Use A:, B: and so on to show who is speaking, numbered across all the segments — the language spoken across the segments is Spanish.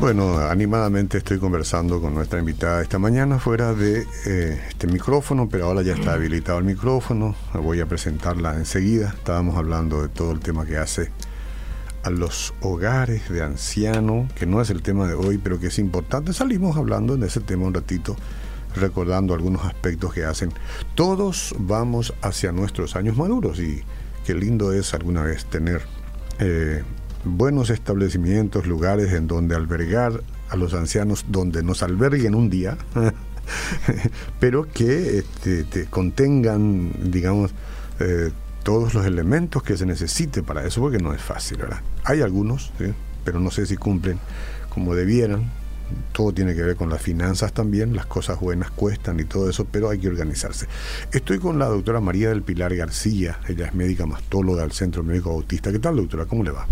A: Bueno, animadamente estoy conversando con nuestra invitada esta mañana fuera de eh, este micrófono, pero ahora ya está habilitado el micrófono. Voy a presentarla enseguida. Estábamos hablando de todo el tema que hace a los hogares de ancianos, que no es el tema de hoy, pero que es importante. Salimos hablando de ese tema un ratito, recordando algunos aspectos que hacen. Todos vamos hacia nuestros años maduros y qué lindo es alguna vez tener... Eh, buenos establecimientos, lugares en donde albergar a los ancianos, donde nos alberguen un día, pero que este, te contengan, digamos, eh, todos los elementos que se necesite para eso, porque no es fácil, ¿verdad? Hay algunos, ¿sí? pero no sé si cumplen como debieran. Todo tiene que ver con las finanzas también, las cosas buenas cuestan y todo eso, pero hay que organizarse. Estoy con la doctora María del Pilar García, ella es médica mastóloga del Centro Médico Bautista. ¿Qué tal, doctora? ¿Cómo le va?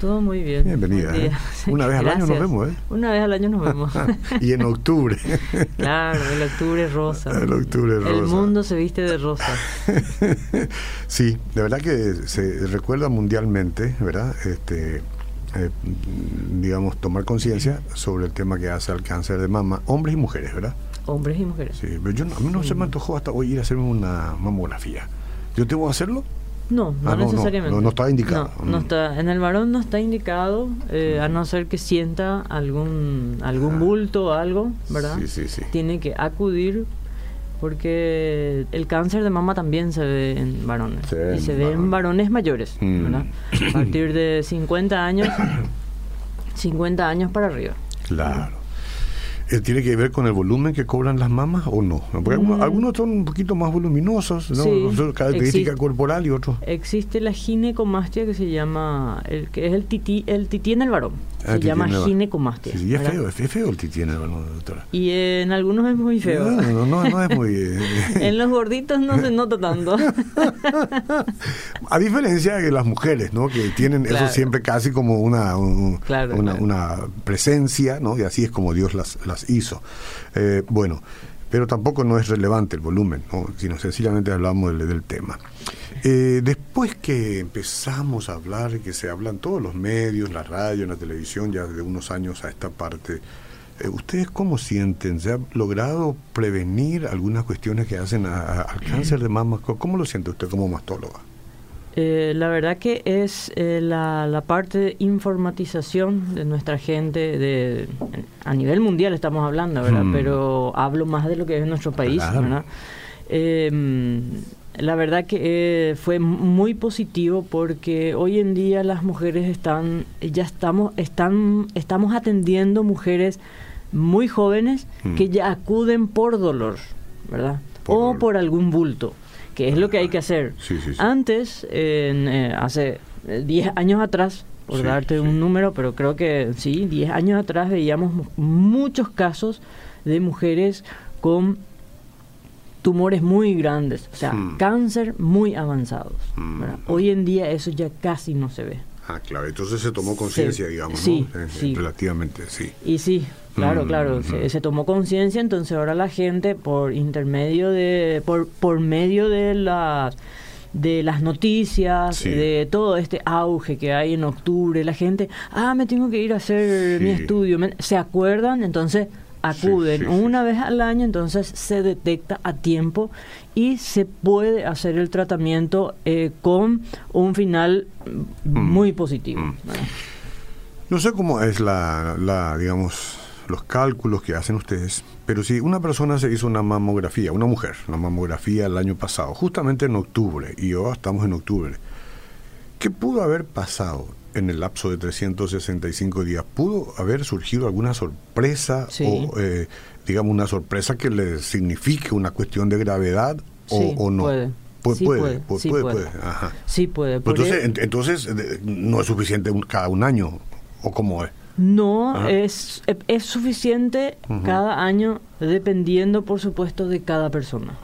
B: Todo muy bien.
A: Bienvenida. ¿eh? Una vez al año nos vemos, ¿eh?
B: Una vez al año nos vemos.
A: y en octubre.
B: claro, el octubre rosa.
A: El octubre rosa.
B: El mundo se viste de rosa.
A: sí, de verdad que se recuerda mundialmente, ¿verdad? Este, eh, digamos, tomar conciencia sobre el tema que hace al cáncer de mama, hombres y mujeres, ¿verdad?
B: Hombres y mujeres.
A: Sí, pero yo, a mí no sí. se me antojó hasta hoy ir a hacerme una mamografía. ¿Yo tengo que hacerlo?
B: No, no, ah, no necesariamente.
A: No, no, está indicado.
B: No, está, en el varón no está indicado, eh, a no ser que sienta algún, algún ah, bulto o algo, ¿verdad?
A: Sí, sí, sí.
B: Tiene que acudir porque el cáncer de mama también se ve en varones. Sí, y se ve en varones mayores, mm. ¿verdad? A partir de 50 años, 50 años para arriba.
A: Claro. ¿verdad? ¿Tiene que ver con el volumen que cobran las mamas o no? Porque mm. algunos son un poquito más voluminosos, ¿no? Sí, característica existe, corporal y otros.
B: Existe la ginecomastia que se llama, el, que es el tití, el tití en el varón. Ah, se llama ginecomastia.
A: Sí, sí, es, feo, es feo el tití en el varón, doctora.
B: Y en algunos es muy feo.
A: No, no, no, no es muy...
B: en los gorditos no se nota tanto.
A: A diferencia de las mujeres, ¿no? Que tienen claro. eso siempre casi como una, un, claro, una, claro. una, presencia, ¿no? Y así es como Dios las, las hizo. Eh, bueno, pero tampoco no es relevante el volumen, ¿no? sino sencillamente hablamos del, del tema. Eh, después que empezamos a hablar, que se hablan todos los medios, la radio, la televisión, ya de unos años a esta parte, eh, ¿ustedes cómo sienten? ¿Se ha logrado prevenir algunas cuestiones que hacen a, a, al cáncer de mama? ¿Cómo lo siente usted como mastóloga?
B: Eh, la verdad que es eh, la, la, parte de informatización de nuestra gente de, a nivel mundial estamos hablando, ¿verdad? Hmm. Pero hablo más de lo que es nuestro país, claro. ¿verdad? Eh, la verdad que eh, fue muy positivo porque hoy en día las mujeres están, ya estamos, están, estamos atendiendo mujeres muy jóvenes hmm. que ya acuden por dolor, ¿verdad? Por o dolor. por algún bulto que es lo que hay que hacer.
A: Sí, sí, sí.
B: Ah. Antes, en, eh, hace 10 años atrás, por darte un número, pero creo que sí, 10 años atrás veíamos muchos casos de mujeres con tumores muy grandes, o sea, hmm. cáncer muy avanzados. Hmm. Hoy en día eso ya casi no se ve.
A: Ah, claro, entonces se tomó conciencia, digamos,
B: sí,
A: ¿no? Eh,
B: sí.
A: Relativamente, sí.
B: Y sí, Claro, claro, mm -hmm. se, se, tomó conciencia, entonces ahora la gente por intermedio de por por medio de las de las noticias, sí. de todo este auge que hay en octubre, la gente, ah, me tengo que ir a hacer sí. mi estudio, se acuerdan, entonces acuden sí, una vez al año, entonces se detecta a tiempo y se puede hacer el tratamiento eh, con un final mm. muy positivo. Mm.
A: ¿vale? No sé cómo es la, la digamos, los cálculos que hacen ustedes, pero si una persona se hizo una mamografía, una mujer, una mamografía el año pasado, justamente en octubre, y ahora estamos en octubre, ¿qué pudo haber pasado en el lapso de 365 días? ¿Pudo haber surgido alguna sorpresa sí. o, eh, digamos, una sorpresa que le signifique una cuestión de gravedad o,
B: sí,
A: o no?
B: Puede.
A: Pu
B: sí
A: puede, puede, puede, sí puede, puede, Ajá.
B: Sí puede.
A: Pues Entonces, en, entonces, eh, no es suficiente un, cada un año, ¿o cómo es?
B: No, Ajá. es, es suficiente uh -huh. cada año dependiendo, por supuesto, de cada persona.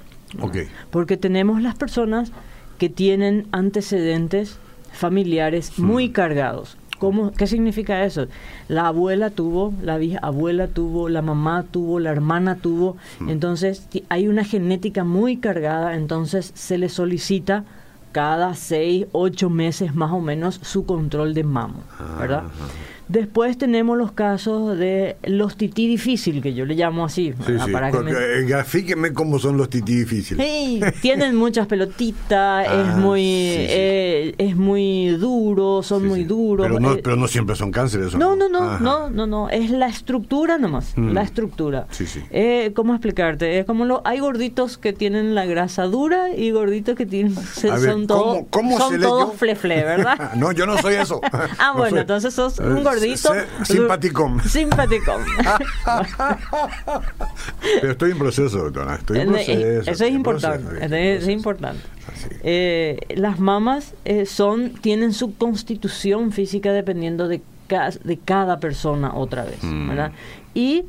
A: Okay.
B: Porque tenemos las personas que tienen antecedentes familiares muy hmm. cargados. ¿Cómo, ¿Qué significa eso? La abuela tuvo, la bisabuela tuvo, la mamá tuvo, la hermana tuvo. Entonces hay una genética muy cargada, entonces se le solicita cada seis, ocho meses más o menos su control de mamo, ¿verdad? Ajá. Después tenemos los casos de los tití difícil, que yo le llamo así.
A: Sí, sí. Ah, Para que me... eh, Grafíqueme cómo son los tití difíciles.
B: Hey, tienen muchas pelotitas, ah, es muy sí, eh, es muy duro, son muy duros. eh.
A: Pero no, pero no, siempre son cánceres.
B: No, no, no, Ajá. no, no, no, es la estructura nomás, mm. la estructura. Eh, ¿Cómo explicarte? Es como lo, hay gorditos que tienen la grasa dura y gorditos que tienen, se, ver, son todos son todos flefle, ¿verdad?
A: no, yo no soy eso.
B: ah,
A: no
B: bueno,
A: soy. Eh,
B: entonces sos un gordito
A: Simpaticón.
B: Simpaticón.
A: Pero estoy en proceso, doctora. Estoy en proceso.
B: eh, Eso es importante. Es importante. Eh, las mamas eh, son, tienen su constitución física dependiendo de, ca de cada persona otra vez. Mm. ¿verdad? Y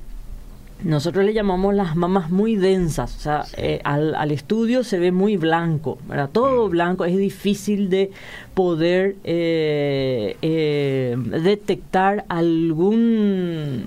B: nosotros le llamamos las mamas muy densas, o sea, sí. eh, al, al, estudio se ve muy blanco, ¿verdad? Todo mm. blanco, es difícil de poder eh, eh, detectar algún...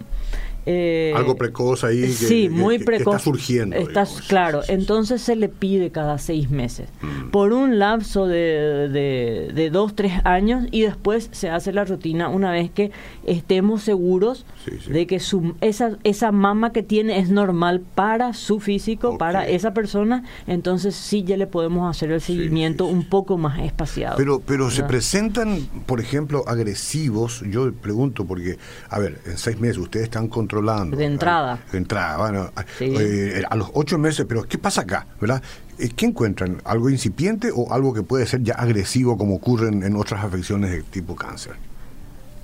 B: eh,
A: Algo precoz ahí. Que,
B: sí, muy
A: que,
B: precoz.
A: Que está surgiendo.
B: Está, digamos, claro, sí, sí, entonces se le pide cada seis meses, mm. por un lapso de, de, de, dos, tres años, y después se hace la rutina una vez que estemos seguros Sí, sí. de que su, esa, esa mama que tiene es normal para su físico, okay. para esa persona, entonces sí ya le podemos hacer el seguimiento sí, un poco más espaciado.
A: Pero, pero ¿verdad? se presentan, por ejemplo, agresivos, yo pregunto porque, a ver, en seis meses ustedes están controlando.
B: De entrada.
A: ¿verdad? De entrada, bueno, eh, a los ocho meses, pero ¿qué pasa acá? ¿Verdad? Eh, ¿Qué encuentran? ¿Algo incipiente o algo que puede ser ya agresivo como ocurre en, en otras afecciones de tipo cáncer?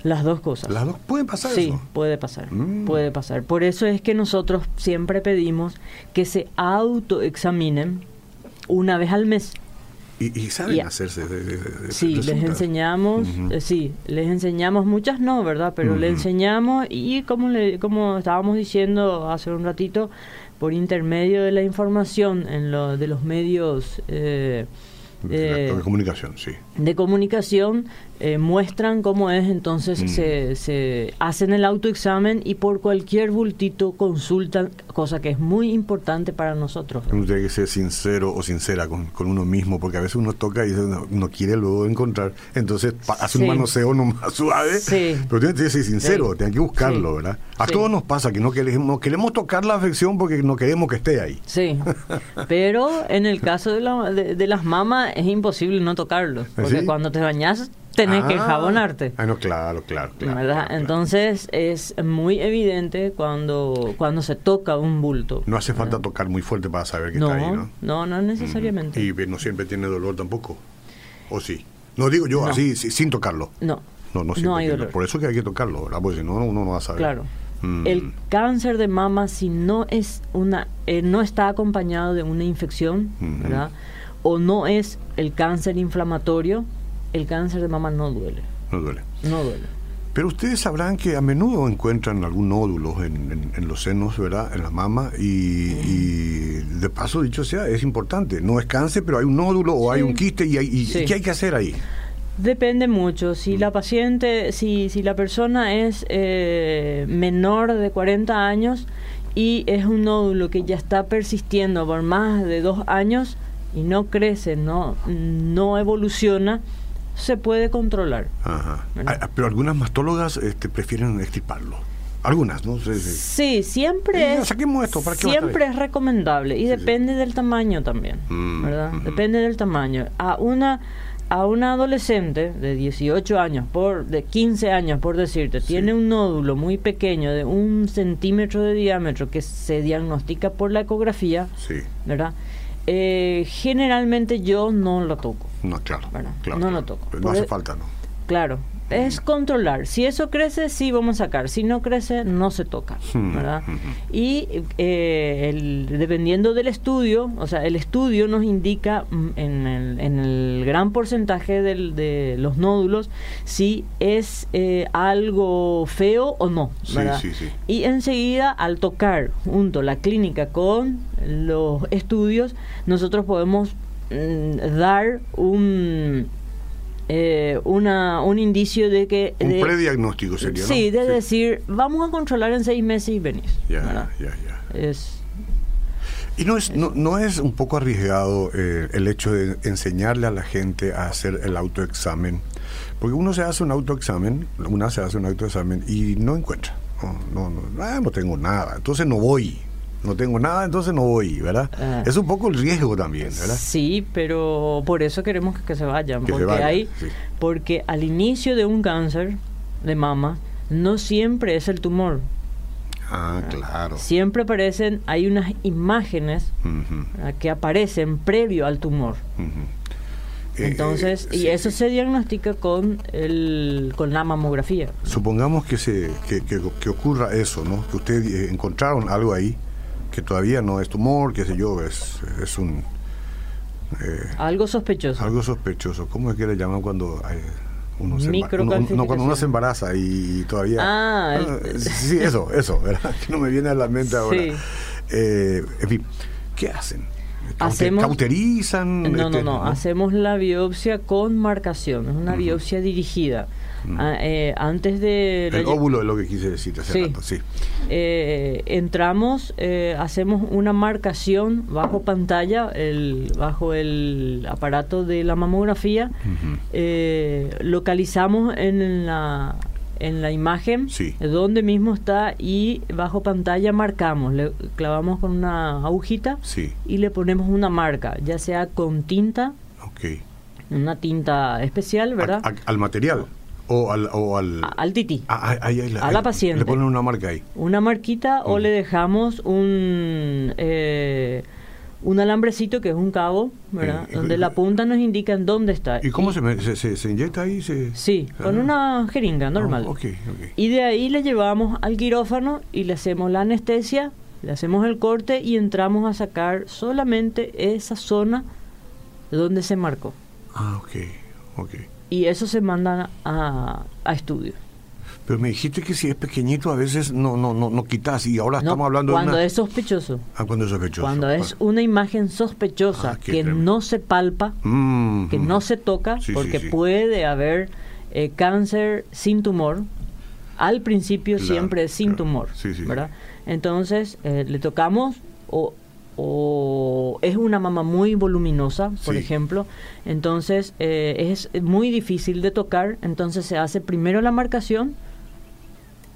B: Las dos cosas.
A: Las dos pueden pasar.
B: Sí,
A: eso?
B: puede pasar. Mm. Puede pasar. Por eso es que nosotros siempre pedimos que se autoexaminen una vez al mes.
A: Y, y saben y, hacerse. De, de, de,
B: sí, resulta. les enseñamos, uh -huh. eh, sí, les enseñamos muchas, no, ¿verdad? Pero uh -huh. le enseñamos y como, le, como estábamos diciendo hace un ratito, por intermedio de la información en lo, de los medios... Eh,
A: de, de, comunicación, sí.
B: De comunicación eh, muestran cómo es, entonces mm. se, se, hacen el autoexamen y por cualquier bultito consultan, cosa que es muy importante para nosotros.
A: Uno tiene que ser sincero o sincera con, con uno mismo, porque a veces uno toca y uno, uno quiere luego encontrar, entonces hace sí. un manoseo más suave, sí. pero tiene que ser sincero, sí. tiene que buscarlo, ¿verdad? A todos nos pasa que no queremos, queremos tocar la afección porque no queremos que esté ahí.
B: Sí, pero en el caso de, la, de, de las mamas es imposible no tocarlo. Porque ¿Sí? cuando te bañas tenés ah, que jabonarte.
A: Ah, no, claro, claro, claro,
B: ¿verdad?
A: claro.
B: Entonces es muy evidente cuando, cuando se toca un bulto.
A: No hace falta ¿verdad? tocar muy fuerte para saber que no, está ahí, ¿no?
B: eh, No, no necesariamente.
A: Mm. Y no siempre tiene dolor tampoco. ¿O sí? No digo yo no. así, sin tocarlo.
B: No.
A: No, no,
B: no hay dolor.
A: Por eso es que hay que tocarlo, ¿verdad? Porque si no, uno no va a saber. Mm.
B: Claro. El cáncer de mama, si no es una, eh, no está acompañado de una infección, uh -huh. ¿verdad? o no es el cáncer inflamatorio, el cáncer de mama no duele.
A: No duele.
B: No duele.
A: Pero ustedes sabrán que a menudo encuentran algún nódulo en, en, en los senos, ¿verdad? En la mama. Y, sí. y, de paso, dicho sea, es importante. No es cáncer, pero hay un nódulo o sí. hay un quiste. ¿Y, hay, y sí. qué hay que hacer ahí?
B: Depende mucho. Si la paciente, si, si la persona es eh, menor de 40 años y es un nódulo que ya está persistiendo por más de dos años, y no crece, no, no evoluciona, se puede controlar.
A: Ajá. Ah, Pero algunas mastólogas este, prefieren extirparlo. Algunas, ¿no?
B: Sí, sí. sí siempre,
A: es, saquemos esto, ¿para
B: siempre es recomendable y sí, depende del tamaño también, mm, ¿verdad? Uh -huh. Depende del tamaño. A una a una adolescente de 18 años, por de 15 años, por decirte, sí. tiene un nódulo muy pequeño de un centímetro de diámetro que se diagnostica por la ecografía, ¿verdad? Eh, generalmente yo no lo toco.
A: No, claro.
B: Bueno,
A: claro
B: no
A: claro.
B: lo toco.
A: No hace falta, ¿no?
B: Claro. Es controlar. Si eso crece, sí vamos a sacar. Si no crece, no se toca.
A: Hmm.
B: ¿verdad? Y eh, el, dependiendo del estudio, o sea, el estudio nos indica mm, en el, en el gran porcentaje del, de los nódulos si es eh, algo feo o no. ¿verdad?
A: Sí, sí, sí.
B: Y enseguida, al tocar junto la clínica con los estudios, nosotros podemos mm, dar un eh, una, un indicio de que...
A: Un
B: de-
A: prediagnóstico sería, ¿no?
B: Sí, de decir, vamos a controlar en seis meses y venís. ¿verdad?
A: Ya, ya, ya.
B: Es,
A: ¿Y no es, no, no es un poco arriesgado eh, el hecho de enseñarle a la gente a hacer el autoexamen? Porque uno se hace un autoexamen, una se hace un autoexamen y no encuentra. No, no, no, ah, no tengo nada, entonces no voy. No tengo nada, entonces no voy, ¿verdad?
B: Ah.
A: Es un poco el riesgo también, ¿verdad?
B: sí, pero por eso queremos que se vayan.
A: Que se
B: porque,
A: vaya,
B: hay-
A: sí.
B: porque al inicio de un cáncer de mama, no siempre es el tumor.
A: Ah, claro.
B: Siempre aparecen, hay unas imágenes
A: Ujú,
B: ¿verdad? que aparecen previo al tumor.
A: ujú. Eh,
B: Entonces,
A: eh,
B: y
A: sí.
B: eso se diagnostica con el con la mamografía.
A: Eh. Supongamos que, se, que, que- que ocurra eso, ¿no? Que ustedes eh, encontraron algo ahí que todavía no es tumor, qué sé yo, es, es un eh,
B: Algo sospechoso.
A: algo sospechoso. ¿Cómo es que le llaman cuando eh, uno se embar- uno- uno-
B: Microcalcificación.
A: no, cuando uno se embaraza y, y todavía
B: Ah, el-
A: sí, eso, eso, ¿verdad? Que no me viene a la mente ahora.
B: Sí.
A: Eh, en fin, ¿qué hacen? Caute-
B: Hacemos-
A: cauterizan,
B: No, no,
A: este,
B: no. Hacemos la biopsia con marcación. Es una biopsia dirigida. Ah, eh, antes de... la
A: Mm. el
B: lle-
A: óvulo es lo que quise decir hace
B: Sí.
A: rato, sí.
B: eh, entramos, eh, hacemos una marcación bajo pantalla, el, bajo el aparato de la mamografía. eh, localizamos en la, en la imagen
A: Sí.
B: donde mismo está y bajo pantalla marcamos. Le clavamos con una agujita
A: Sí,
B: y le ponemos una marca, ya sea con tinta
A: ok.
B: una tinta especial, ¿verdad?
A: A- a- al material o al, o al
B: A- al tití.
A: Ah, ah, ahí, ahí,
B: A
A: ahí,
B: la paciente.
A: Le ponen una marca ahí.
B: Una marquita o
A: Mm.
B: le dejamos un, eh, un alambrecito que es un cabo, ¿verdad?
A: Eh, y-
B: Donde la punta nos indica en dónde está.
A: ¿Y cómo se, me- se, se- se inyecta ahí? Se,
B: Sí, con
A: Ah.
B: una jeringa normal.
A: Ah, ok, ok.
B: Y de ahí le llevamos al quirófano y le hacemos la anestesia, le hacemos el corte y entramos a sacar solamente esa zona donde se marcó.
A: Ah, ok, ok.
B: Y eso se manda a, a estudio.
A: Pero me dijiste que si es pequeñito a veces no no no, no quitas y ahora
B: No,
A: Ah, estamos hablando
B: cuando
A: de una...
B: es sospechoso.
A: Ah, cuando es sospechoso.
B: Cuando es una imagen sospechosa
A: Ah, qué
B: que
A: tremendo.
B: no se palpa,
A: Mm,
B: que
A: mm.
B: no se toca,
A: Sí, sí,
B: porque
A: sí.
B: puede haber eh, cáncer sin tumor. Al principio
A: Claro,
B: siempre es sin
A: claro.
B: tumor,
A: Sí, sí.
B: ¿verdad? Entonces eh, le tocamos o, o es una mama muy voluminosa, por
A: Sí.
B: ejemplo, entonces eh, es muy difícil de tocar, entonces se hace primero la marcación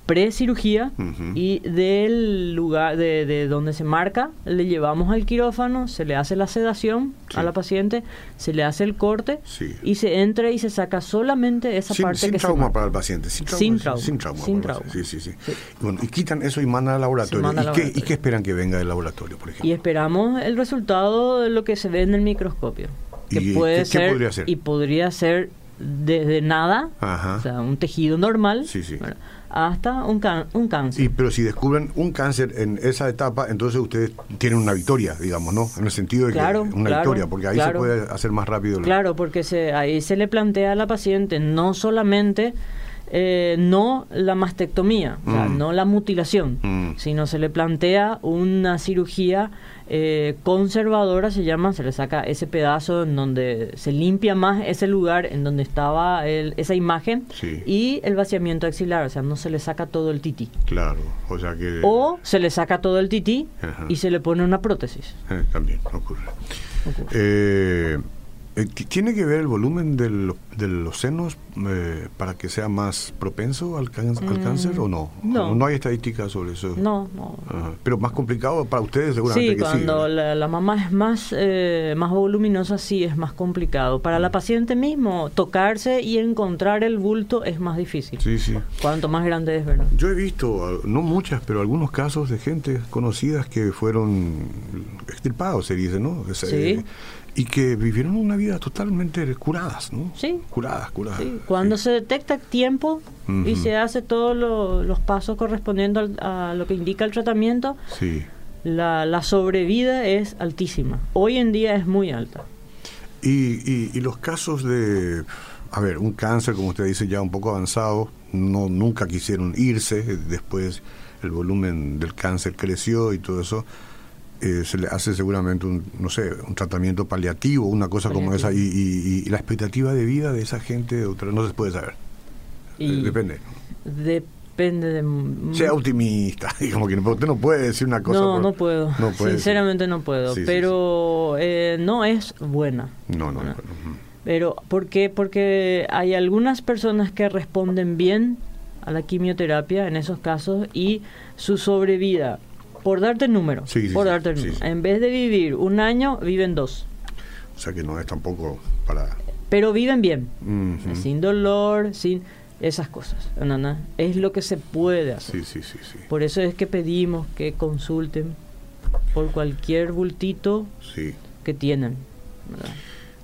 B: pre-cirugía
A: Ujú.
B: y del lugar de, de donde se marca le llevamos al quirófano, se le hace la sedación
A: Sí.
B: a la paciente, se le hace el corte
A: Sí.
B: y se entra y se saca solamente esa
A: Sin,
B: parte
A: sin
B: que se
A: trauma
B: marca.
A: para el paciente. Sin trauma.
B: Sin trauma,
A: Sin trauma.
B: sin
A: para el
B: trauma.
A: paciente, Sí, sí, sí.
B: Sí.
A: Y, bueno, y quitan eso y mandan al laboratorio.
B: manda
A: ¿Y,
B: al
A: Qué, ¿Y
B: laboratorio.
A: qué esperan que venga del laboratorio, por ejemplo?
B: Y esperamos el resultado de lo que se ve en el microscopio. Que
A: ¿Y
B: puede
A: qué- qué
B: ser,
A: podría ser?
B: Y podría ser desde nada,
A: Ajá.
B: o sea, un tejido normal,
A: Sí, sí.
B: ¿verdad? hasta un, can- un cáncer.
A: Sí, pero si descubren un cáncer en esa etapa, entonces ustedes tienen una victoria, digamos, ¿no? En el sentido de
B: Claro,
A: que una
B: claro,
A: victoria, porque ahí se
B: claro.
A: puede hacer más rápido. la-
B: Claro, porque se, ahí se le plantea a la paciente no solamente eh, no la mastectomía, o sea,
A: Mm.
B: no la mutilación,
A: Mm.
B: sino se le plantea una cirugía eh, conservadora, se llama, se le saca ese pedazo en donde se limpia más ese lugar en donde estaba el- esa imagen
A: Sí.
B: y el vaciamiento axilar, o sea, no se le saca todo el tití.
A: Claro, o sea que...
B: O se le saca todo el tití
A: Ajá.
B: y se le pone una prótesis.
A: Eh, también ocurre. Eh, eh, ti- ¿Tiene que ver el volumen de, lo- de los senos eh, para que sea más propenso al, cán- al cáncer o no?
B: Mm, no.
A: hay estadísticas sobre eso.
B: No, no,
A: Ajá. Pero más complicado para ustedes seguramente
B: Sí,
A: que
B: cuando
A: sí. ¿eh?
B: la, la mamá es más, eh, más voluminosa, sí es más complicado.
A: Mm.
B: Para la paciente mismo, tocarse y encontrar el bulto es más difícil.
A: Sí, sí.
B: Cuanto más grande es, ¿verdad?
A: Yo he visto, al- no muchas, pero algunos casos de gente conocidas que fueron extirpados, se dice, ¿no? Es,
B: Sí.
A: eh, y que vivieron una vida totalmente curadas, ¿no?
B: Sí.
A: Curadas, curadas.
B: Sí, Cuando se detecta a tiempo y
A: Ah, Ujú.
B: se hace todos lo- los pasos correspondiendo al- a lo que indica el tratamiento,
A: Sí.
B: la, la sobrevida es altísima. Hoy en día es muy alta.
A: Y, y- y los casos de, a ver, un cáncer, como usted dice, ya un poco avanzado, no nunca quisieron irse, eh, después el volumen del cáncer creció y todo eso. eh, se le hace seguramente un, no sé, un tratamiento paliativo, una cosa paliativo. como esa, y, y, y, la expectativa de vida de esa gente doctora, no se puede saber. eh,
B: Y mm.
A: depende.
B: Depende de...
A: Sea optimista, digamos que usted no puede decir una cosa.
B: No, por, no puedo.
A: No
B: Sinceramente decir. no puedo, sí, pero sí, sí. Eh, no es buena.
A: No, no.
B: Buena. no. Pero ¿por qué? Porque hay algunas personas que responden bien a la quimioterapia en esos casos y su sobrevida por darte el número.
A: Sí, sí,
B: por
A: sí,
B: darte el número. En vez de vivir un año, viven dos.
A: O sea que no es tampoco para.
B: Pero viven bien, uh -huh. sin dolor, sin esas cosas. No, no, es lo que se puede hacer.
A: Sí, sí, sí, sí.
B: Por eso es que pedimos que consulten por cualquier bultito que tienen. ¿verdad?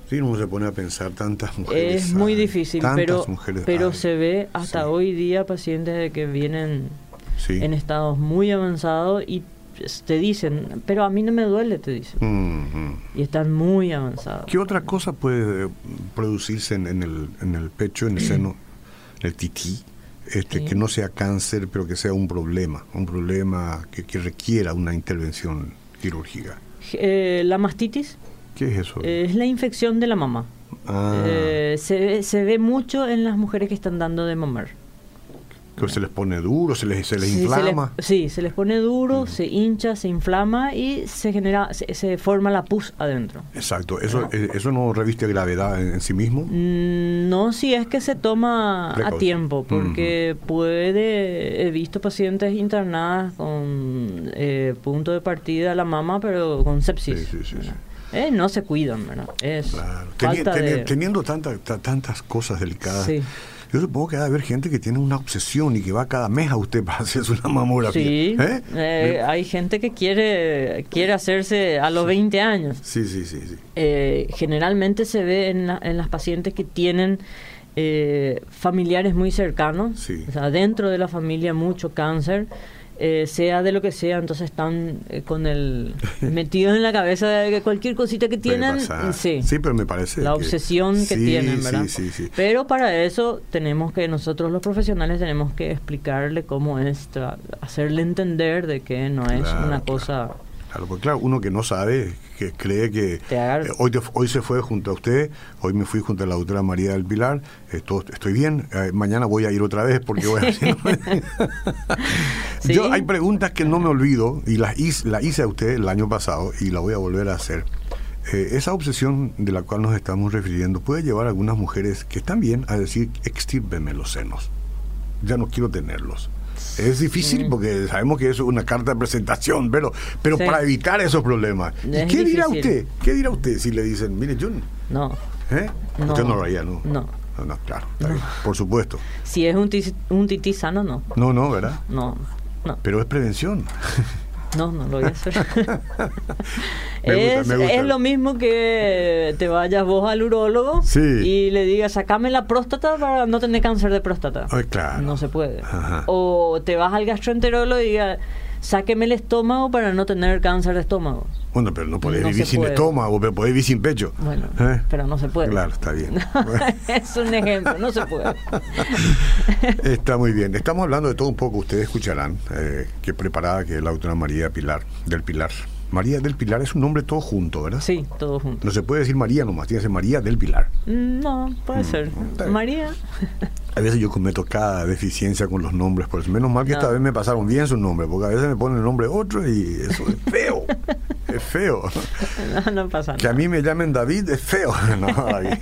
A: Sí, uno se pone a pensar tantas mujeres.
B: Es muy difícil,
A: tantas
B: pero,
A: mujeres,
B: pero ay, se ve hasta hoy día pacientes de que vienen
A: Sí.
B: en estados muy avanzados y te dicen, pero a mí no me duele, te dicen.
A: Uh -huh.
B: Y están muy avanzados.
A: ¿Qué otra cosa puede eh, producirse en, en, el, en el, pecho, en el seno, en el tití? Este, sí. Que no sea cáncer, pero que sea un problema, un problema que, que requiera una intervención quirúrgica.
B: Eh, la mastitis.
A: ¿Qué es eso?
B: Eh, es la infección de la mamá.
A: Ah.
B: Eh, se, se ve mucho en las mujeres que están dando de mamar.
A: Pero se les pone duro, se les, se les sí, inflama.
B: Se les, sí, se les pone duro, uh -huh. se hincha, se inflama y se genera, se, se forma la pus adentro.
A: Exacto. ¿Eso,
B: Ah.
A: no. ¿Eso no reviste gravedad en, en sí mismo?
B: Mm, No, si es que se toma Precaución. a tiempo, porque uh -huh. puede, he visto pacientes internadas con eh, punto de partida la mama, pero con sepsis.
A: Sí, sí,
B: eh, no se cuidan, ¿verdad? Es
A: claro. Teni teni de... Teniendo tanta, tantas cosas delicadas. Yo supongo que va a haber gente que tiene una obsesión y que va cada mes a usted para hacerse una mamografía.
B: Sí, ¿Eh? Eh, hay gente que quiere quiere hacerse a los sí. 20 años.
A: Sí, sí, sí. sí.
B: Eh, generalmente se ve en, la, en, las pacientes que tienen eh, familiares muy cercanos,
A: sí.
B: o sea, dentro de la familia mucho cáncer. Eh, sea de lo que sea, entonces están eh, con el metidos en la cabeza de que cualquier cosita que tienen, eh, sí.
A: Sí, pero me parece
B: la obsesión que, que
A: sí,
B: tienen, ¿verdad?
A: Sí, sí,
B: pero para eso tenemos que nosotros los profesionales tenemos que explicarle cómo es, hacerle entender de que no es
A: claro,
B: una cosa
A: claro. Claro, porque claro, uno que no sabe, que cree que eh, hoy, te, hoy se fue junto a usted, hoy me fui junto a la doctora María del Pilar, esto, estoy bien, eh, mañana voy a ir otra vez porque voy a... ¿Sí? Yo, hay preguntas que no me olvido y las hice, la hice a usted el año pasado y la voy a volver a hacer. Eh, esa obsesión de la cual nos estamos refiriendo puede llevar a algunas mujeres que están bien a decir, extírpeme los senos, ya no quiero tenerlos. Es difícil sí.
B: Mm.
A: porque sabemos que eso es una carta de presentación, pero, pero sí. para evitar esos problemas. ¿Y ¿Qué
B: es difícil.
A: dirá usted? ¿Qué dirá usted si le dicen, mire, yo
B: no.
A: ¿Eh?
B: no.
A: Usted no lo haría, ¿no?
B: No.
A: No, no claro, está no. Bien, por supuesto.
B: Si es un, tis, un tití sano, no.
A: No, no, ¿verdad?
B: No, no.
A: Pero es prevención.
B: No, no lo voy a hacer. es, gusta, es, lo mismo que te vayas vos al urólogo
A: sí.
B: y le digas, sacame la próstata para no tener cáncer de próstata.
A: Ay, claro.
B: No se puede.
A: Ajá.
B: O te vas al gastroenterólogo y digas, sáqueme el estómago para no tener cáncer de estómago.
A: Bueno, pero no podés
B: no
A: vivir sin
B: puede.
A: estómago, pero podés vivir sin pecho.
B: Bueno, ¿Eh? pero no se puede.
A: Claro, está bien.
B: es un ejemplo, no se puede.
A: está muy bien. Estamos hablando de todo un poco. Ustedes escucharán eh, que preparada que es la autora María Pilar, del Pilar. María del Pilar es un nombre todo junto, ¿verdad?
B: Sí, todo junto.
A: No se puede decir María nomás, tiene que ser María del Pilar.
B: No, puede mm, ser. María.
A: A veces yo cometo cada deficiencia con los nombres, por eso. Menos mal que no. esta vez me pasaron bien sus nombres, porque a veces me ponen el nombre otro y eso es feo. es feo.
B: No, no pasa nada.
A: Que a mí me llamen David es feo. No, David.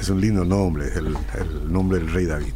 A: es un lindo nombre, el, el nombre del rey David.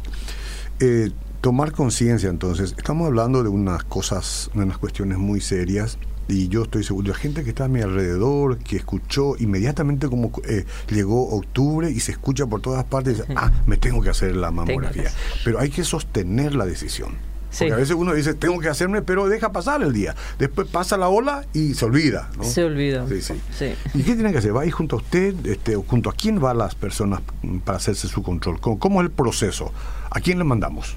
A: Eh, tomar conciencia entonces, estamos hablando de unas cosas, de unas cuestiones muy serias y yo estoy seguro, la gente que está a mi alrededor, que escuchó inmediatamente como eh, llegó octubre y se escucha por todas partes, dice, ah, me tengo que hacer la mamografía. Pero hay que sostener la decisión.
B: Sí.
A: Porque a veces uno dice, tengo que hacerme, pero deja pasar el día. Después pasa la ola y se olvida. ¿no?
B: Se olvida.
A: Sí, sí.
B: sí.
A: ¿Y qué tienen que hacer? ¿Va ahí junto a usted? Este, o ¿Junto a quién van las personas para hacerse su control? ¿Cómo, cómo es el proceso? ¿A quién le mandamos?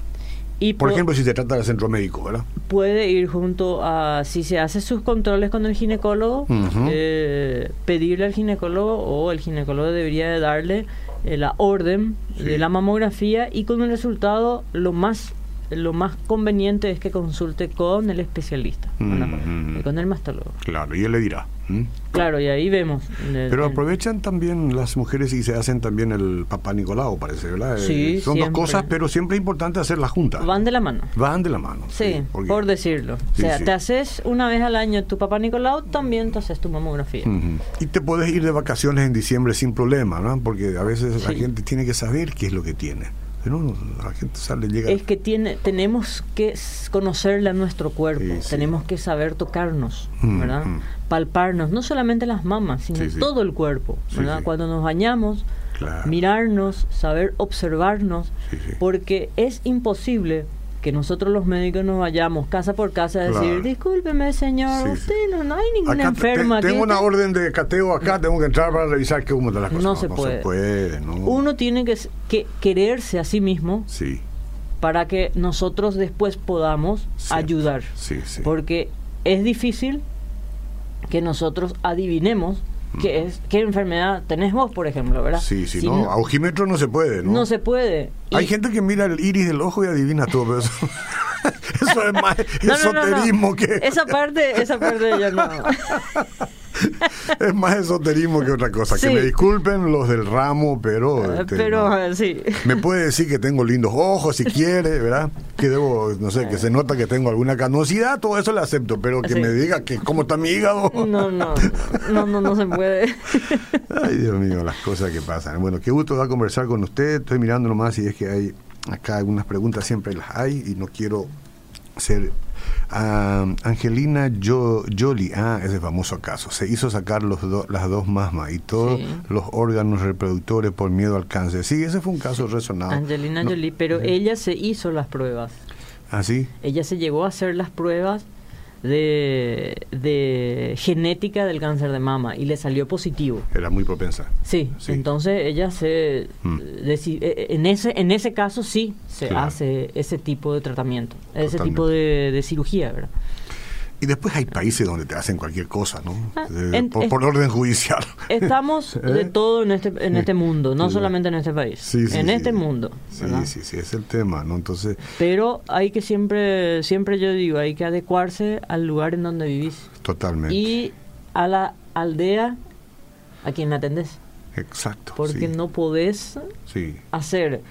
B: Y
A: por ejemplo, si se trata del centro médico, ¿verdad?
B: Puede ir junto a, si se hace sus controles con el ginecólogo, uh
A: -huh.
B: eh, pedirle al ginecólogo o el ginecólogo debería de darle eh, la orden
A: Sí.
B: de la mamografía y con un resultado lo más lo más conveniente es que consulte con el especialista, mm, mm, con el mastólogo.
A: Claro, y él le dirá. ¿eh?
B: Claro, y ahí vemos.
A: El, Pero aprovechan el... también las mujeres y se hacen también el papá Nicolau, parece, ¿verdad? Eh,
B: Sí,
A: Son
B: siempre.
A: dos cosas, pero siempre es importante hacerlas juntas.
B: Van de la mano.
A: Van de la mano.
B: Sí, ¿sí? Porque... por decirlo. Sí, o sea, sí. te haces una vez al año tu papá Nicolau, también te haces tu mamografía. Uh -huh.
A: Y te puedes ir de vacaciones en diciembre sin problema, ¿no? Porque a veces la gente tiene que saber qué es lo que tiene. Pero la gente sale, llega.
B: Es que tiene, tenemos que conocerle a nuestro cuerpo, sí, sí. tenemos que saber tocarnos, mm, ¿verdad? Mm. Palparnos, no solamente las mamas, sino sí, todo el cuerpo, ¿verdad? Cuando nos bañamos, claro. mirarnos, saber observarnos, porque es imposible que nosotros los médicos nos vayamos casa por casa a decir, claro. discúlpeme señor, sí, usted no, no, hay ninguna
A: acá
B: enferma.
A: Te, tengo una orden de cateo acá, tengo que entrar para revisar cómo están las cosas.
B: No, no, se, no puede.
A: se puede. No.
B: Uno tiene que, que, quererse a sí mismo.
A: Sí.
B: Para que nosotros después podamos sí. ayudar.
A: Este.
B: Porque es difícil que nosotros adivinemos qué es qué enfermedad tenés vos, por ejemplo, ¿verdad?
A: Sí, sí, si no, no, a ojímetro no se puede, ¿no?
B: No se puede.
A: Hay y... gente que mira el iris del ojo y adivina todo, pero eso, eso es más no, esoterismo
B: no,
A: que
B: Esa parte, esa parte yo no.
A: es más esoterismo que otra cosa. Sí. Que me disculpen los del ramo, pero.
B: Este, pero no. sí.
A: Me puede decir que tengo lindos ojos si quiere, ¿verdad? Que debo, no sé, que se nota que tengo alguna canosidad, todo eso lo acepto, pero que sí. me diga que cómo está mi hígado.
B: No, no, no, no, no se puede.
A: Ay, Dios mío, las cosas que pasan. Bueno, qué gusto da conversar con usted. Estoy mirando nomás y es que hay acá algunas preguntas, siempre las hay y no quiero ser Um, Angelina Jolie, ah, ese famoso caso, se hizo sacar los do, las dos mamas y todos sí. los órganos reproductores por miedo al cáncer. Sí, ese fue un caso sí. resonado.
B: Angelina no. Jolie, pero sí. ella se hizo las pruebas.
A: ¿Ah, sí?
B: Ella se llegó a hacer las pruebas de, de genética del cáncer de mama y le salió positivo.
A: Era muy propensa.
B: Sí, entonces ella se... Mm. en, ese, en ese caso sí se claro. hace ese tipo de tratamiento, Totalmente. ese tipo de, de, cirugía, ¿verdad?
A: Y después hay países donde te hacen cualquier cosa, ¿no? Ah, de, en, por, por, orden judicial.
B: Estamos ¿Eh? de todo en este, en este mundo, no sí, solamente en este país, sí, sí, en este mundo.
A: ¿verdad? Sí, sí, sí, es el tema, ¿no? Entonces...
B: Pero hay que siempre, siempre yo digo, hay que adecuarse al lugar en donde vivís.
A: Totalmente.
B: Y a la aldea a quien atendés.
A: Exacto.
B: Porque no podés hacer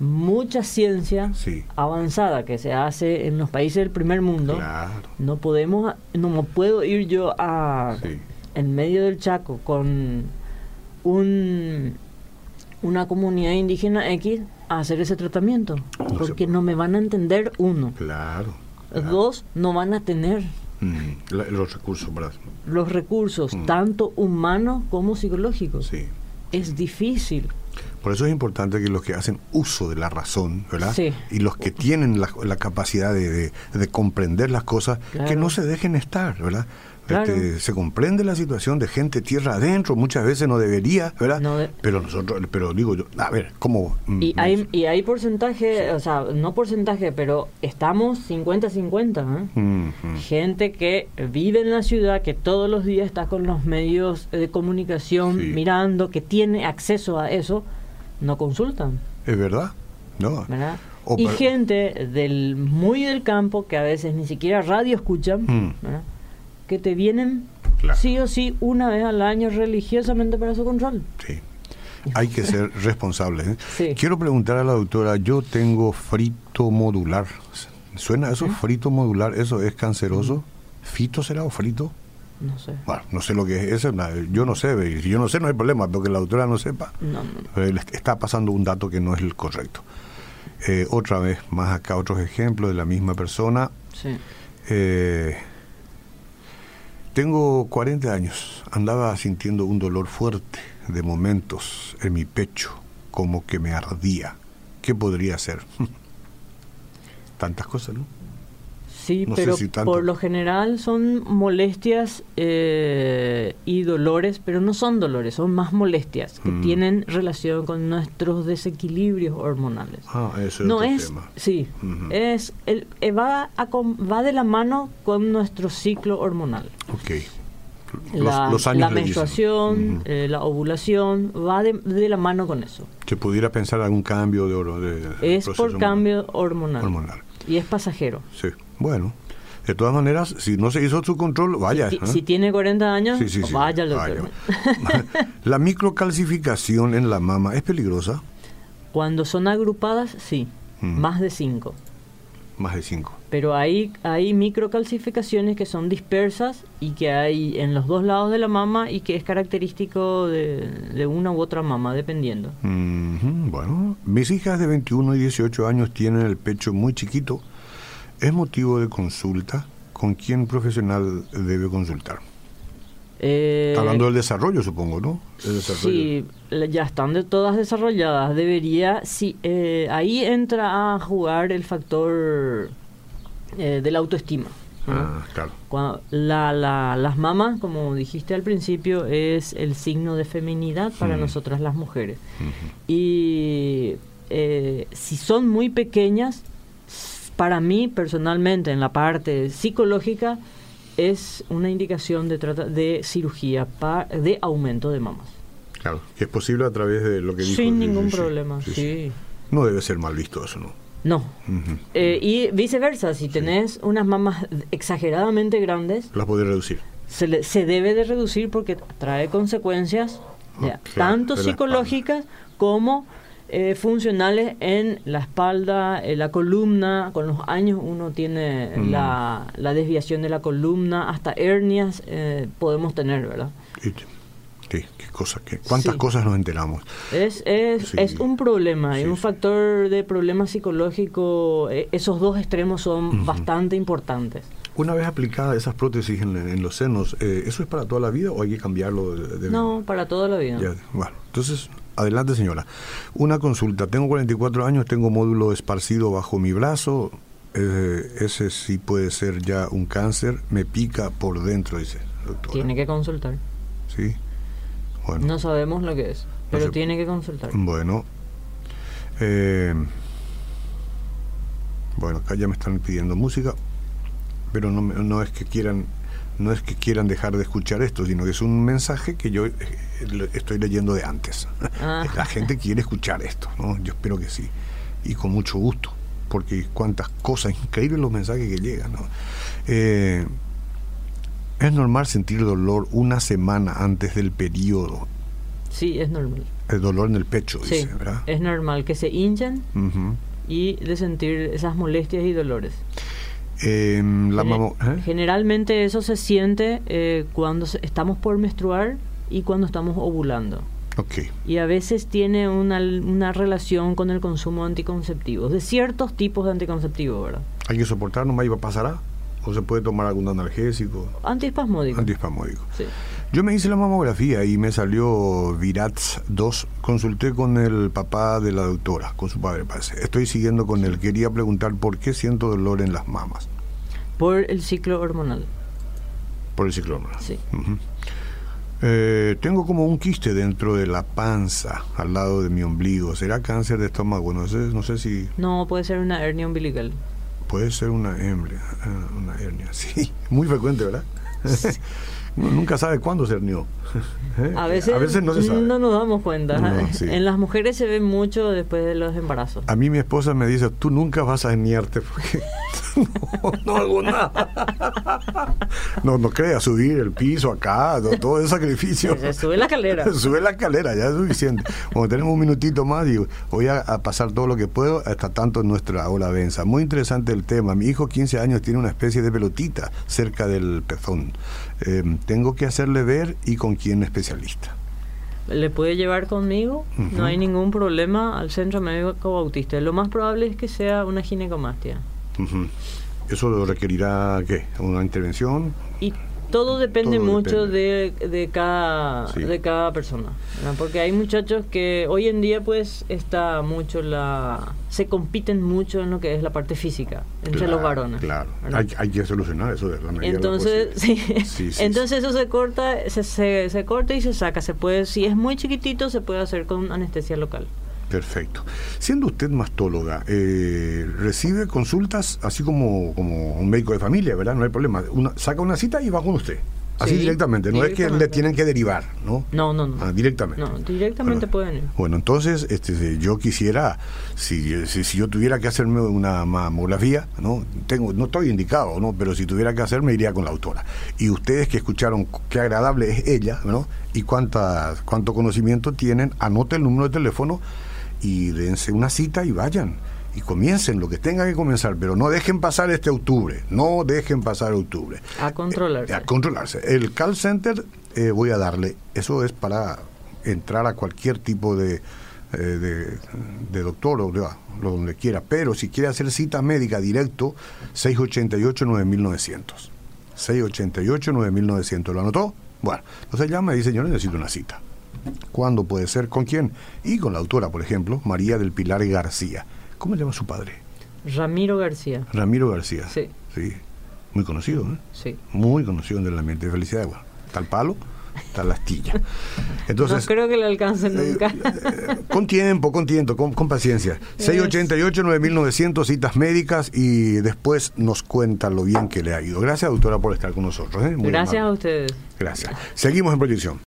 B: mucha ciencia
A: sí.
B: avanzada que se hace en los países del primer mundo.
A: Claro.
B: No podemos, no puedo ir yo a sí. en medio del Chaco con un una comunidad indígena X a hacer ese tratamiento, no porque no me van a entender uno.
A: Claro. claro.
B: Dos, no van a tener
A: mm, la, los recursos, ¿verdad?
B: Los recursos, mm. tanto humanos como psicológicos.
A: Sí.
B: Es difícil.
A: Por eso es importante que los que hacen uso de la razón, ¿verdad?
B: Sí.
A: Y los que tienen la, la capacidad de, de, de, comprender las cosas, claro. que no se dejen estar, ¿verdad? Claro. Este, se comprende la situación de gente tierra adentro, muchas veces no debería, ¿verdad? No de... Pero nosotros, pero digo yo, a ver, ¿cómo? Mm,
B: Y hay, y hay porcentaje, Mm, sí. o sea, no porcentaje, pero estamos 50-50, ¿eh? mm, mm. Gente que vive en la ciudad, que todos los días está con los medios de comunicación sí. mirando, que tiene acceso a eso, no consultan.
A: Es verdad, ¿no?
B: ¿verdad? O y para... gente del muy del campo que a veces ni siquiera radio escuchan, mm. ¿verdad? que te vienen claro. sí o sí una vez al año religiosamente para su control.
A: Sí. Hay que ser responsables. ¿eh? Sí. Quiero preguntar a la doctora, yo tengo frito modular. ¿Suena eso? ¿Eh? Frito modular, ¿eso es canceroso? ¿Fito será o frito?
B: No sé.
A: Bueno, no sé lo que es eso. Yo no sé. Yo no sé, no hay problema, pero que la doctora no sepa.
B: No, no.
A: Está pasando un dato que no es el correcto. Eh, otra vez, más acá otros ejemplos de la misma persona.
B: Sí.
A: Eh, Tengo 40 años. Andaba sintiendo un dolor fuerte de momentos en mi pecho, como que me ardía. ¿Qué podría hacer? Tantas cosas, ¿no?
B: Sí, no pero si por lo general son molestias eh, y dolores, pero no son dolores, son más molestias que mm. tienen relación con nuestros desequilibrios hormonales.
A: Ah, eso
B: no
A: es,
B: es tema. sí, uh -huh. es el, eh, va a, va de la mano con nuestro ciclo hormonal.
A: Okay.
B: Los, la, los años la menstruación, uh -huh. eh, la ovulación, va de, de, la mano con eso.
A: ¿Se pudiera pensar algún cambio de, de,
B: de Es por hormonal. cambio hormonal.
A: hormonal.
B: y es pasajero.
A: Sí, bueno. De todas maneras, si no se hizo su control, vaya.
B: Si,
A: ¿eh?
B: si tiene 40 años,
A: Sí, sí, sí,
B: vaya al doctor.
A: vaya. la microcalcificación en la mama es peligrosa,
B: Cuando son agrupadas, sí,
A: Mm.
B: más de 5.
A: más de 5.
B: Pero hay, hay microcalcificaciones que son dispersas y que hay en los dos lados de la mama y que es característico de, de una u otra mama, dependiendo.
A: Ujú, Bueno, mis hijas de 21 y 18 años tienen el pecho muy chiquito. ¿Es motivo de consulta? ¿Con quién profesional debe consultar?
B: Eh,
A: Está hablando del desarrollo, supongo, ¿no? El desarrollo.
B: Sí, la- ya están de todas desarrolladas. Debería, sí, eh, ahí entra a jugar el factor eh, de la autoestima. ¿no?
A: Ah, claro.
B: Cuando- la- la- las mamas, como dijiste al principio, es el signo de feminidad para
A: Mm.
B: nosotras las mujeres.
A: Ujú.
B: Y eh, si son muy pequeñas, s- para mí personalmente, en la parte psicológica, es una indicación de, trata- de cirugía pa- de aumento de mamas.
A: Claro. Que es posible a través de lo que dijo.
B: Sin
A: Sí,
B: ningún
A: sí, sí.
B: problema,
A: Sí,
B: sí.
A: sí. No debe ser mal visto eso, ¿no?
B: No.
A: Ujú.
B: Eh, y viceversa, si tenés unas mamas exageradamente grandes,
A: Las puede reducir.
B: se, le- se debe de reducir porque trae consecuencias ya,
A: Ok,
B: tanto
A: de la
B: psicológicas como eh, funcionales en la espalda, en la columna. Con los años uno tiene
A: Mm.
B: la, la desviación de la columna, hasta hernias eh, podemos tener, ¿verdad?
A: Y- Qué, qué cosa, qué, cuántas
B: Sí.
A: cosas nos enteramos.
B: Es, es,
A: Sí.
B: es un problema, y
A: Sí,
B: un
A: sí.
B: factor de problema psicológico. eh, esos dos extremos son bastante importantes.
A: Una vez aplicadas esas prótesis en, en los senos, eh, ¿eso es para toda la vida o hay que cambiarlo? De, de-
B: No, para toda la vida.
A: Ya, bueno, entonces, adelante señora. Una consulta, tengo 44 años, tengo módulo esparcido bajo mi brazo, eh, ese sí puede ser ya un cáncer, me pica por dentro, dice doctora.
B: Tiene que consultar.
A: Sí, bueno.
B: No sabemos lo que es, pero
A: se-
B: tiene que consultar.
A: Bueno. Eh, bueno, acá ya me están pidiendo música, pero no, me- no es que quieran no es que quieran dejar de escuchar esto, sino que es un mensaje que yo eh, le- estoy leyendo de antes.
B: Ah.
A: La gente quiere escuchar esto, ¿no? Yo espero que sí. Y con mucho gusto, porque cuántas cosas, increíbles los mensajes que llegan, ¿no? Eh, es normal sentir dolor una semana antes del periodo,
B: Sí, es normal.
A: el dolor en el pecho,
B: Sí,
A: dice, ¿verdad?
B: es normal que se hinchen
A: Ujú.
B: y de sentir esas molestias y dolores.
A: Em, la
B: Gene-
A: mamo- ¿eh?
B: Generalmente eso se siente eh, cuando se- estamos por menstruar y cuando estamos ovulando.
A: Ok,
B: Y a veces tiene una, una relación con el consumo de anticonceptivos, de ciertos tipos de anticonceptivos, ¿verdad?
A: ¿hay que soportar nomás y pasará? ¿O se puede tomar algún analgésico?
B: Antiespasmódicos.
A: Antiespasmódico.
B: Sí.
A: Yo me hice la mamografía y me salió Virats 2. Consulté con el papá de la doctora, con su padre parece. Estoy siguiendo con él. Quería preguntar por qué siento dolor en las mamas
B: Por el ciclo hormonal.
A: por el ciclo hormonal.
B: Sí.
A: Ujú. Eh, tengo como un quiste dentro de la panza, al lado de mi ombligo. ¿Será cáncer de estómago? No sé, no sé si
B: No puede ser una hernia umbilical.
A: Puede ser una hernia, una hernia, sí, muy frecuente, ¿verdad? Uno nunca sabe cuándo se hernió. ¿Eh?
B: A veces,
A: no se sabe.
B: nos damos cuenta. ¿eh?
A: No, sí.
B: En las mujeres se ve mucho después de los embarazos.
A: A mí mi esposa me dice, tú nunca vas a herniarte porque no, no hago nada. No, no creas, subir el piso acá, no, todo el sacrificio.
B: Se sube la escalera.
A: Sube la escalera, ya es suficiente. Bueno, tenemos un minutito más y voy a, a pasar todo lo que puedo hasta tanto nuestra hora venza. Muy interesante el tema. Mi hijo, 15 años, tiene una especie de pelotita cerca del pezón. Eh, tengo que hacerle ver y con quién especialista.
B: Le puede llevar conmigo,
A: Ujú.
B: no hay ningún problema al centro médico bautista. Lo más probable es que sea una ginecomastia.
A: Ujú. ¿Eso requerirá qué? ¿Una intervención?
B: Y todo depende
A: Todo
B: mucho De, de cada
A: Sí.
B: de cada persona, ¿verdad? porque hay muchachos que hoy en día pues está mucho la se compiten mucho en lo que es la parte física entre los
A: Claro,
B: varones.
A: Claro.
B: ¿verdad?
A: Hay, hay que solucionar eso de la medida de lo
B: Entonces, sí.
A: posible. Sí, sí,
B: entonces eso se corta, se, se, se corta y se saca. Se puede, si es muy chiquitito, se puede hacer con anestesia local.
A: Perfecto. Siendo usted mastóloga, eh, recibe consultas así como, como un médico de familia, ¿verdad? No hay problema. Una- saca una cita y va con usted. Así
B: Sí,
A: directamente, no es que le
B: directamente.
A: tienen que derivar, ¿no?
B: No, no, no.
A: Ah, directamente.
B: No, directamente
A: Bueno.
B: pueden ir.
A: Bueno, entonces este, yo quisiera, si, si, si yo tuviera que hacerme una mamografía, no tengo no estoy indicado, no pero si tuviera que hacerme iría con la autora. Y ustedes que escucharon cu- qué agradable es ella ¿no? y cuántas, cuánto conocimiento tienen, anoten el número de teléfono y dense una cita y vayan. Y comiencen lo que tengan que comenzar, pero no dejen pasar este octubre, no dejen pasar octubre.
B: A controlarse.
A: Eh, A controlarse. El call center eh, voy a darle. Eso es para entrar a cualquier tipo de, eh, de, de doctor o de- lo donde quiera. Pero si quiere hacer cita médica directo, 688-9900. 688-9900. ¿Lo anotó? Bueno, entonces llama y dice, yo necesito una cita. ¿Cuándo puede ser? ¿Con quién? Y con la autora, por ejemplo, María del Pilar García. ¿Cómo le llama su padre?
B: Ramiro García.
A: Ramiro García.
B: Sí.
A: Sí. Muy conocido, ¿eh?
B: Sí.
A: muy conocido en el ambiente de felicidad. Bueno, tal palo, tal la astilla. Entonces,
B: no creo que le alcance
A: eh,
B: nunca.
A: eh, con tiempo, con tiempo, con, con paciencia. 688-9900 citas médicas y después nos cuenta lo bien que le ha ido. Gracias, doctora, por estar con nosotros. ¿eh? Muy
B: Gracias a
A: amable.
B: ustedes.
A: Gracias. Seguimos en proyección.